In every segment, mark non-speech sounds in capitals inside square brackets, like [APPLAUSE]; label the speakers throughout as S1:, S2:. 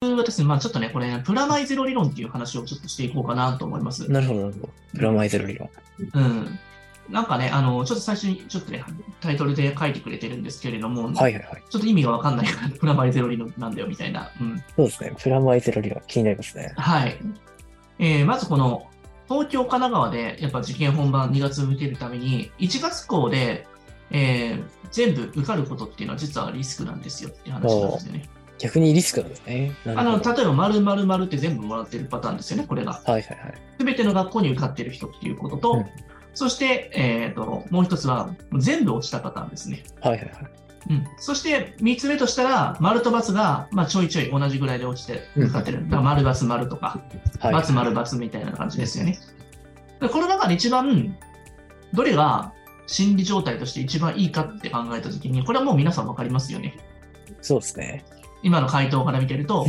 S1: はですね、まあ、ちょっとね、これ、ね、プラマイゼロ理論っていう話をちょっとしていこうかなと思います。
S2: なるほど、なるほど。プラマイゼロ理論。
S1: うん。なんかね、あの、ちょっと最初にちょっとね、タイトルで書いてくれてるんですけれども、
S2: はいはいはい。
S1: ちょっと意味がわかんないから、プラマイゼロ理論なんだよみたいな。うん。
S2: そうですね。プラマイゼロ理論、気になりますね。
S1: はい。えーまずこの、東京、神奈川で、やっぱ受験本番2月受けるために、1月校で、えー全部受かることっていうのは実はリスクなんですよっていう話なんですよね。
S2: 逆にリスクなんですね。な
S1: あ
S2: る
S1: の
S2: ほど。
S1: 例えば、〇〇〇って全部もらってるパターンですよね、これが。
S2: はいはいはい。
S1: すべての学校に受かってる人っていうことと、
S2: うん
S1: そして、えー、ともう一つは、全部落ちたパターンですね。
S2: はいはいはい。
S1: うん、そして、三つ目としたら、丸と×が、まあ、ちょいちょい同じぐらいで落ちて受かってる。だから丸×丸とか、
S2: はい、
S1: ×丸×みたいな感じですよね。でこの中で一番、どれが心理状態として一番いいかって考えたときに、これはもう皆さん分かりますよね。
S2: そうですね。
S1: 今の回答から見てる
S2: [LAUGHS]
S1: と、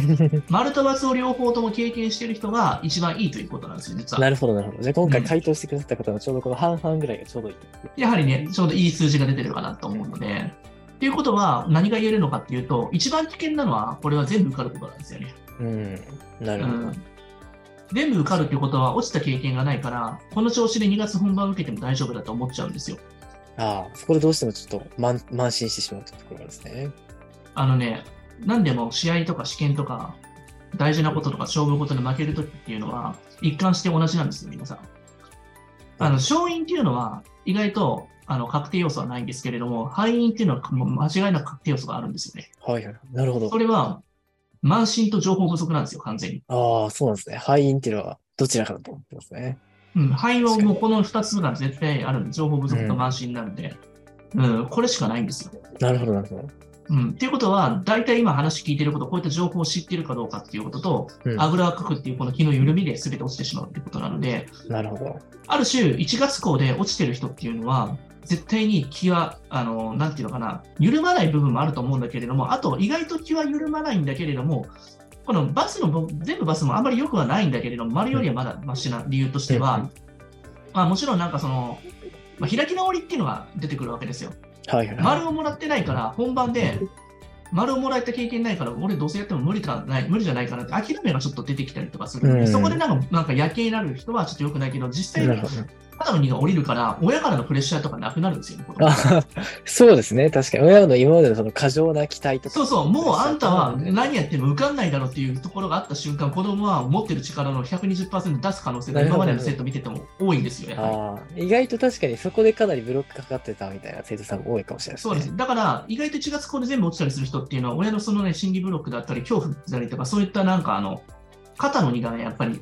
S1: 丸と×を両方とも経験してる人が一番いいということなんですよ、実は。
S2: なるほど、なるほど。じゃあ今回
S1: うん
S2: 回答してくださった方のちょうどこの半々ぐらいがちょうどいい。
S1: やはりね、ちょうどいい数字が出てるかなと思うので。っていうことは、何が言えるのかっていうと、一番危険なのは、これは全部受かることなんですよね。
S2: うん。な
S1: う
S2: るほど。
S1: ん。全部受かるっていうことは、落ちた経験がないから、この調子で2月本番受けても大丈夫だと思っちゃうんですよ。
S2: ああ、そこでどうしてもちょっと慢慢心してしまうところがですね。
S1: あのね、何でも試合とか試験とか、大事なこととか勝負事で負けるときっていうのは、一貫して同じなんですよ、皆さん。あの、勝因っていうのは、意外と、あの、確定要素はないんですけれども、敗因っていうのは、もう間違いなく確定要素があるんですよね。
S2: はいはい。なるほど
S1: そ。れは、慢心と情報不足なんですよ、完全に。
S2: ああ、そうなんですね。敗因っていうのはどちらかだと思ってますね。
S1: うん、肺は
S2: 確かに
S1: もうこの2つが絶対あるんで、情報不足と慢心になるんで、うん、これしかないんですよ。
S2: なるほど、なるほど。
S1: うん、っていうことは、大体今話聞いてること、こういった情報を知ってるかどうかっていうことと、
S2: うん
S1: あぐらをかくっていうこの気の緩みで全て落ちてしまうってことなので、
S2: なるほど。
S1: ある種、1月校で落ちてる人っていうのは、絶対に気は、あの、なんていうのかな、緩まない部分もあると思うんだけれども、あと、意外と気は緩まないんだけれども、このバスの部、全部バスもあんまり良くはないんだけれども、丸よりはまだマシな理由として
S2: う
S1: は
S2: ん、
S1: まあ、もちろんなんかその、まあ、開き直りっていうのが出てくるわけですよ。
S2: はいはいはい。
S1: 丸をもらってないから、本番で、丸をもらえた経験ないから、俺どうせやっても無理かない、無理じゃないかなって、諦めがちょっと出てきたりとかするので、
S2: うん
S1: そこでなんか、なんか夜景になる人はちょっと良くないけど、実際
S2: な
S1: に
S2: るほど。
S1: 肩の荷が下りるから、親からのプレッシャーとかなくなるんですよね、子供
S2: あ [LAUGHS] そうですね、確かに。親の今までのその過剰な期待とか。
S1: そうそう、もうあんたは
S2: な
S1: 何やっても受かんないだろうっていうところがあった瞬間、子供は持ってる力の120%出す可能性が
S2: なる
S1: 今
S2: ほど
S1: までの生徒見てても多いんですよ、やはり
S2: あー意外と確かにそこでかなりブロックかかってたみたいな生徒さんも多いかもしれないです
S1: そ
S2: ね。
S1: うです。だから、意外と1月これ全部落ちたりする人っていうのは、親のそのね、心理ブロックだったり、恐怖だったりとか、そういったなんか、あの、肩の荷がね、やっぱり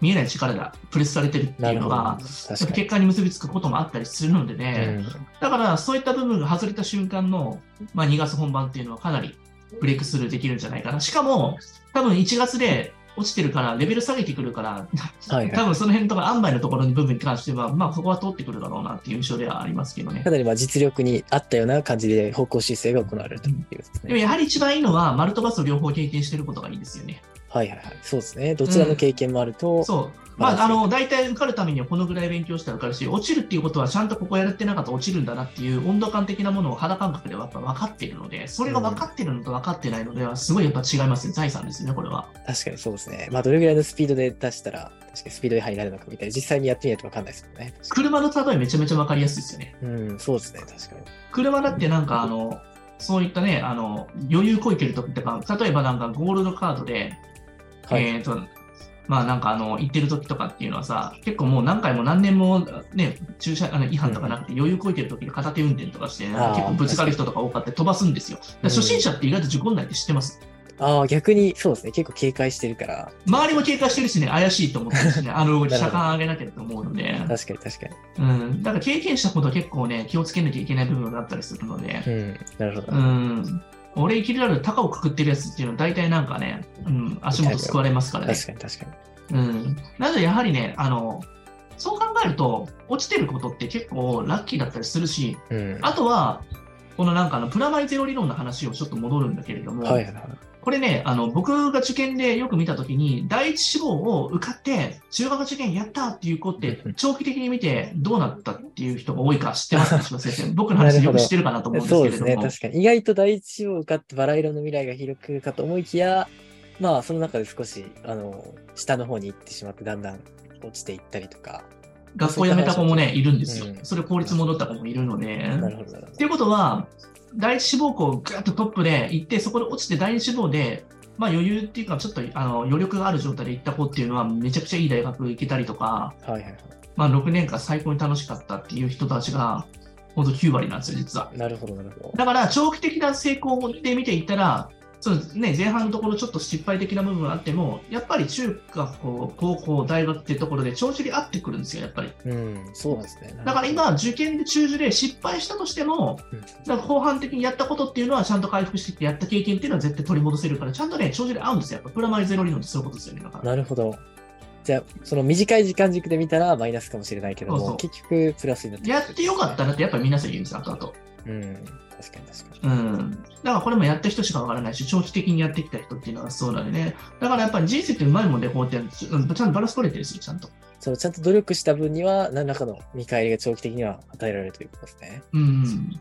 S1: 見えない力がプレスされてるって
S2: ないる
S1: う
S2: ほ
S1: の
S2: ど。
S1: が、
S2: 確かに。
S1: 結果に結びつくこともあったりするのでね、だからそういった部分が外れた瞬間の、まあ、2月本番っていうのはかなりブレイクスルーできるんじゃないかな。しかも、多分1月で落ちてるから、レベル下げてくるから、
S2: はいはい
S1: 多分その辺とか、塩梅のところの部分に関しては、まあ、そこは通ってくるだろうなっていう印象ではありますけどね
S2: うん、か。なりまあ実力に合ったような感じで方向修正が行われるということです
S1: でも
S2: ね。
S1: やはり一番いいのは、丸とバスを両方経験してることがいいですよね。
S2: はいはいはい。そうですね。どちらの経験もあると、
S1: そう。
S2: まあ
S1: まあ、あの、大体受かるためにはこのぐらい勉強したら受かるし、落ちるっていうことはちゃんとここやってなかったら落ちるんだなっていう温度感的なものを肌感覚でやっぱ分かっているので、それが分かっているのと分かってないのでは、すごいやっぱ違いますね。財産ですね、これは。
S2: 確かにそうですね。まあどれぐらいのスピードで出したら、確かにスピード違反になるのかみたいな、実際にやってみないとわかんないですもんね。
S1: 車の例えめちゃめちゃ分かりやすいですよね。
S2: うん、そうですね。確かに。
S1: 車だってなんかあの、そういったね、あの、余裕こいてる時とか、例えばなんかゴールドカードで、
S2: はい。
S1: えっ、と、まあなんかあの、行ってる時とかっていうのはさ、結構もう何回も何年もね、駐車あの違反とかなくて余裕こいてる時に片手運転とかして、なんか結構ぶつかる人とか多かって飛ばすんですよ。だから初心者って意外と事故んないって知ってます。
S2: ああ、逆にそうですね。結構警戒してるから、
S1: 周りも警戒してるしね、怪しいと思ってる [LAUGHS] しね、あの動き、
S2: なる
S1: 車
S2: ほど
S1: 間上げなきゃと思うので、
S2: 確かに確かに。
S1: うん、だから経験したことは結構ね、気をつけなきゃいけない部分があったりするので、
S2: うん、なるほど。
S1: うん、俺、生きるなる高をくくってるやつっていうのは、大体なんかね、うん、足元救われますからね。
S2: 確かに確かに。
S1: うん。なので、やはりね、あの、そう考えると、落ちてることって結構ラッキーだったりするし、
S2: うん。
S1: あとは、このなんかあのプラマイゼロ理論の話をちょっと戻るんだけれども、
S2: はいはいはい。
S1: これね、あの僕が受験でよく見たときに、第一志望を受かって、中学受験やったっていう子って
S2: うん、
S1: 長期的に見てどうなったっていう人が多いか知ってますか、島先
S2: [LAUGHS]
S1: 生。僕の話よく知ってるかなと思うんです
S2: そう
S1: け
S2: で
S1: れ
S2: す
S1: ど
S2: ね、
S1: も。
S2: 確かに。意外と第一志望を受かってバラ色の未来が広くるかと思いきや、まあ、その中で少し、あの、下の方に行ってしまって、だんだん落ちていったりとか。
S1: 学校辞めた子もね、いるんですよ
S2: う。ん
S1: それ公立戻った子もいるので。
S2: なるほど、なるほ
S1: っていうことは、第一志望校をぐっとトップで行って、そこで落ちて第二志望で、まあ余裕っていうか、ちょっとあの余力がある状態で行った子っていうのは、めちゃくちゃいい大学行けたりとか、
S2: ど。はいはいは
S1: まあ6年間最高に楽しかったっていう人たちが、本当9割なんですよ、実は。
S2: い。なるほど、なるほど。
S1: だから、長期的な成功で見ていったら、そのね、前半のところちょっと失敗的な部分はあっても、やっぱり中学校、高校、大学っていうところで調子に合ってくるんですよ、やっぱり。
S2: うん、そうなんですね。
S1: だから
S2: な
S1: 今、受験で中受で失敗したとしても、
S2: るほ
S1: だ
S2: ど、
S1: から後半的にやったことっていうのはちゃんと回復してきて、やった経験っていうのは絶対取り戻せるから、ちゃんとね、長寿で合うんですよ。やっぱプラマイゼロ理論ってそういうことですよね。だか
S2: うん
S1: ら。
S2: なるほど。じゃあ、その短い時間軸で見たらマイナスかもしれないけども、
S1: そうそう
S2: 結局プラスになってくる
S1: やってよかったなってやっぱり皆さん言うんですよ、後々。
S2: うん、確かに確かに。
S1: うん。だからこれもやった人しかわからないし、長期的にやってきた人っていうのはそうなんでね。だからやっぱり人生ってうまいもんで、こうやって、うんちゃんとバランス取れてるんですよ、ちゃんと。
S2: そのちゃんと努力した分には、何らかの見返りが長期的には与えられるということですね。
S1: うん。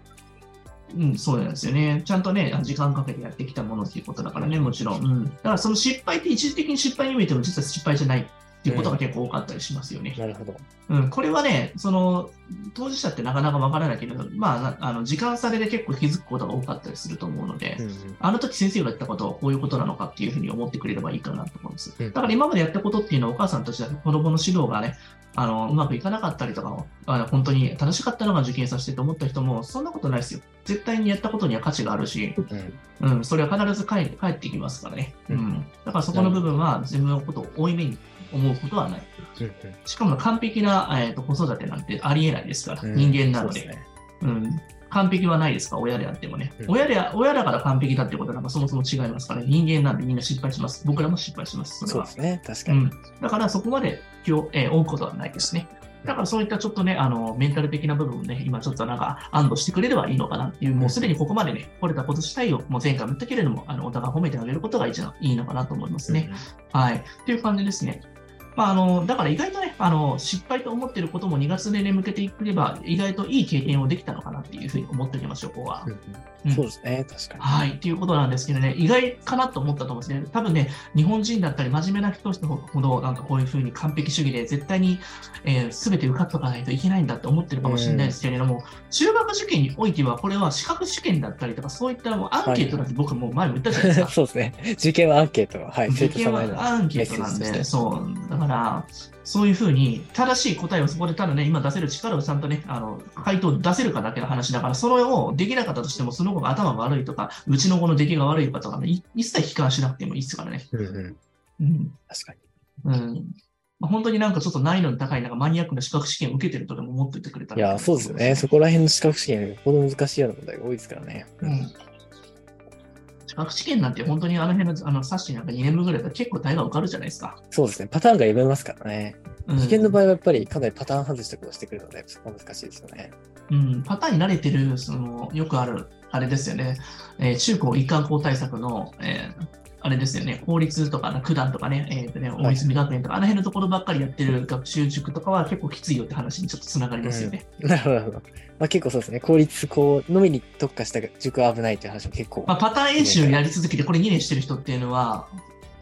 S1: うん、そうなんですよね。ちゃんとね、時間かけてやってきたものっていうことだからね、もちろん。うん。だからその失敗って一時的に失敗に見えても、実は失敗じゃないっていうことが結構多かったりしますよね。
S2: なるほど。
S1: うん、これはね、その当事者ってなかなかわからないけれど、まあ、あの時間差でね結構気づくことが多かったりすると思うので、
S2: うんうん、
S1: あの時先生が言ったことはこういうことなのかっていうふうに思ってくれればいいかなと思うんです。
S2: うん
S1: だから今までやったことっていうのはお母さんたちは子供の指導がね、あのうまくいかなかったりとか、あの本当に楽しかったのが受験させてと思った人も、そんなことないですよ。絶対にやったことには価値があるし、
S2: うん
S1: うん、それは必ず返返ってきますからね。う、
S2: うん
S1: だからそこの部分は自分のことを負い目に思うことはない。
S2: うんうん
S1: しかも完璧な、えー、と子育てなんてありえないですから、
S2: うん
S1: 人間なので
S2: そうすね
S1: うん、完璧はないですから、親であってもね、
S2: うん
S1: 親であ親だから完璧だってことなんかそもそも違いますから、人間なんでみんな失敗します、僕らも失敗します、それ
S2: そう
S1: は
S2: で。すね。確か
S1: う
S2: に。
S1: ん、だからそこまで気を、えー、負うことはないですね。だからそういったちょっとね、あのメンタル的な部分をね、今ちょっとなんか安堵してくれればいいのかなっていう、もうすでにここまでね、惚れたこと自体を、もう前回も言ったけれども、あのお互い褒めてあげることが一番いいのかなと思いますね。はい。という感じですね。まあ、あのだから意外とねあの、失敗と思っていることも2月で、ね、向けていければ、意外といい経験をできたのかなっていうふうに思っておきましょう、ここは
S2: うん。うん
S1: うん
S2: そうですね。確か
S1: はい、ということなんですけどね、意外かなと思ったと思うんですね。多分ね、日本人だったり、真面目な人ほど、なんかこういうふうに完璧主義で、絶対に、えー、全て受かっとかないといけないんだって思ってるかもしれないですけれども、中学受験においては、これは資格試験だったりとか、そういったもうアンケートなんて僕も前も言ったじゃないです
S2: [LAUGHS] に。
S1: か。
S2: そうですね。受験はアンケートは、はい。
S1: 受
S2: 生徒
S1: 験は
S2: 様への
S1: アンケートなん
S2: メッセー
S1: で、
S2: ジとして
S1: そう、だから、そういうふうに正しい答えをそこでただね、今出せる力をちゃんとね、あの回答を出せるかだけの話だから、それをできなかったとしても、その子が頭が悪いとか、うちの子の出来が悪いとかとかね、い一切悲観しなくてもいいですからね。
S2: うんうん
S1: うん。
S2: 確かに。
S1: うんまあ本当になんかちょっと難易度の高いなんかマニアックな資格試験を受けてるとでも思っていてくれた
S2: い
S1: ら
S2: や、そうですよね。そこら辺の資格試験、よっぽど難しいような問題が多いですからね。
S1: うん資格試験なんて本当にあの辺のあの冊子なんか2年分ぐらいだったら結構大学受かるじゃないですか。
S2: そうですね。パターンが読めますからね。
S1: うん
S2: 受験の場合はやっぱりかなりパターン外したことをしてくるので、そこは難しいですよね。
S1: うん、パターンに慣れてる、そのよくある、あれですよね、えー中高一貫校対策の、えーあれですよね、公立とか、九段とかね、えーとね
S2: い
S1: 大泉学園とか、あの辺のところばっかりやってる学習塾とかは結構きついよって話にちょっとつながりますよね。
S2: なるほどなるほど。まあ結構そうですね。公立校のみに特化した塾は危ないという話も結構。
S1: まあ、パターン演習をやり続けて、これ2年してる人っていうのは、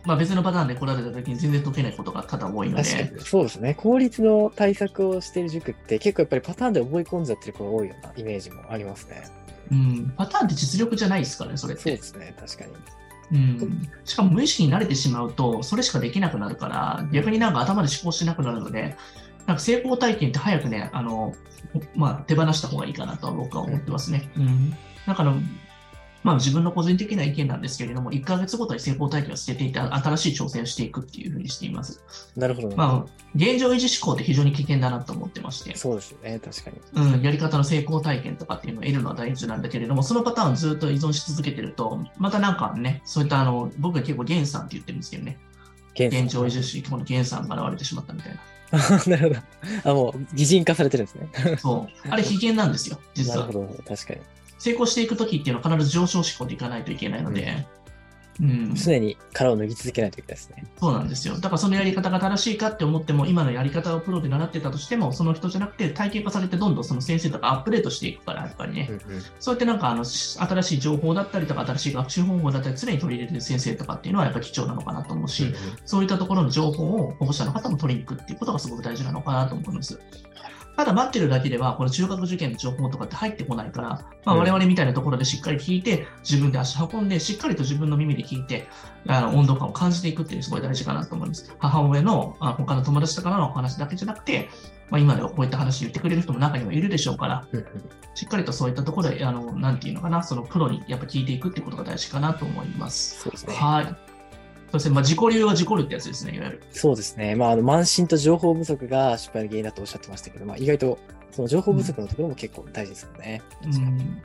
S1: まあ、別のパターンで来られた時に全然解けないことが多々多いの
S2: 確か
S1: で、
S2: にそうですね。公立の対策をしている塾って結構やっぱりパターンで覚え込んじゃってる子が多いようなイメージもありますね。
S1: うん、パターンって実力じゃないですからね、それっ
S2: そう
S1: て
S2: で。すね。確かに。
S1: うん、しかも無意識に慣れてしまうと、それしかできなくなるから、逆になんか頭で思考しなくなるので、なんか成功体験って早くね、あのまあ、手放した方がいいかなとは僕は思ってますね。うん、だから、まあ、自分の個人的な意見なんですけれども、1ヶ月ごとに成功体験を捨てていって、新しい挑戦をしていくっていうふうにしています。
S2: なるほど。
S1: まあ、現状維持思考って非常に危険だなと思ってまして、
S2: そうですね。確かに。
S1: うん、やり方の成功体験とかっていうのを得るのは大事なんだけれども、そのパターンをずっと依存し続けてると、またなんかね、そういったあの、僕は結構ゲンさんって言ってるんですけどね、
S2: 現
S1: 現状維持し、このゲンさんが現れてしまったみたい
S2: [LAUGHS] なるほど。あ、もう擬人化されてるんですね。
S1: な。そう。あれ、非現なんですよ、実は
S2: なるほ。ど。確かに。
S1: 成功していくときっていうのは必ず上昇志向でいかないといけないので、うん、
S2: 常に殻を脱ぎ続けないといけないですね。
S1: そうなんですよ。だからそのやり方が正しいかって思っても、今のやり方をプロで習ってたとしても、その人じゃなくて体系化されて、どんどんその先生とかアップデートしていくから、やっぱりね。そうやってなんかあのし新しい情報だったりとか、新しい学習方法だったり、常に取り入れてる先生とかっていうのはやっぱ貴重なのかなと思うし、そういったところの情報を保護者の方も取りに行くっていうことがすごく大事なのかなと思います。ただ待ってるだけでは、この中学受験の情報とかって入ってこないから、まあ、
S2: うん
S1: 我々みたいなところでしっかり聞いて、自分で足運んで、しっかりと自分の耳で聞いて、あの温度感を感じていくっていうのがすごい大事かなと思います。母親のあ他の友達とからのお話だけじゃなくて、まあ、今ではこういった話言ってくれる人も中にはいるでしょうから、
S2: うんうん
S1: しっかりとそういったところで、あのなんていうのかな、そのプロにやっぱ聞いていくっていうことが大事かなと思います。
S2: そうですね。
S1: はい。そうですね、まあ、自己流は自己流ってやつですね、いわゆる。
S2: そうですね。まあ、あの、慢心と情報不足が失敗の原因だとおっしゃってましたけど、まあ、意外と、その情報不足のところも結構大事ですよね。
S1: うん、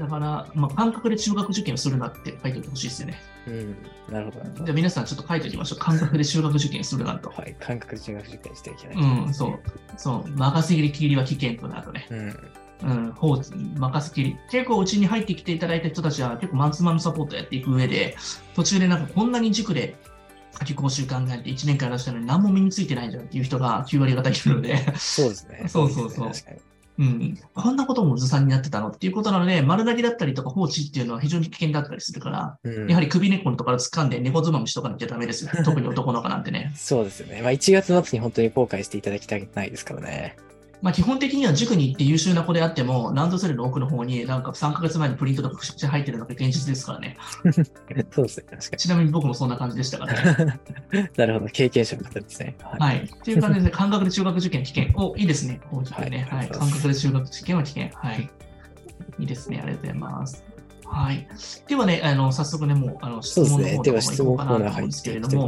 S1: だから、まあ、感覚で中学受験をするなって書いておいてほしいですよね。
S2: うん。なるほどなるほ
S1: じゃ
S2: ど。
S1: あ皆さんちょっと書いておきましょう。感覚で中学受験するなと。
S2: はい。感覚で中学受験してはいけない。
S1: うん、そう。そう。任せ切り切りは危険となるとね。
S2: うん。
S1: うん、放置、任せ切り。結構うちに入ってきていただいた人たちは結構マンツーマンのサポートをやっていく上で、途中でなんかこんなに塾で夏季講習考えて1年間出したのに何も身についてないじゃんっていう人が9割方いるので。 [LAUGHS]
S2: そうですね。
S1: そうそうそう
S2: ですね確か
S1: うん、こんなこともずさんになってたのっていうことなので、丸投げだったりとか放置っていうのは非常に危険だったりするから、
S2: に。うん
S1: やはり首根っこのところから掴んで猫つまみしとかなきゃダメですよ。特に男の子なんてね。
S2: そうですよね。まあ、1月末に本当に後悔していただきたくないですからね。
S1: まあ基本的には塾に行って優秀な子であっても、ランドセルの奥の方になんか3ヶ月前にプリントとか口入ってるのが現実ですからね。
S2: そうですね。確
S1: ちなみに僕もそんな感じでしたからね。 [LAUGHS]
S2: かに。なるほど。経験者の方ですね。はい。
S1: はい。っていう感じで、感覚で中学受験危険。お、いいですね。大きくね。
S2: はい
S1: はい。感覚で中学受験は危険。はい。いいですね。ありがとうございます。はい。ではね、あの、早速ね、もう、あの、質
S2: そうで
S1: 問
S2: す
S1: の
S2: ね
S1: 方
S2: では
S1: の方に行こうかなと
S2: 質問
S1: 思
S2: コーナー
S1: う
S2: 入
S1: ん
S2: っ
S1: ですけ
S2: て
S1: れ
S2: いき
S1: ど
S2: たいと
S1: も、